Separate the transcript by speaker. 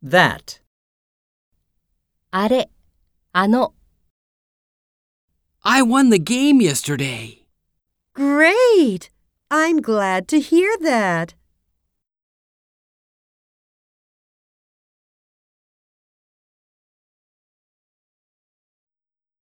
Speaker 1: that,
Speaker 2: あれ、あの、
Speaker 3: I won the game yesterday.
Speaker 4: Great! I'm glad to hear that.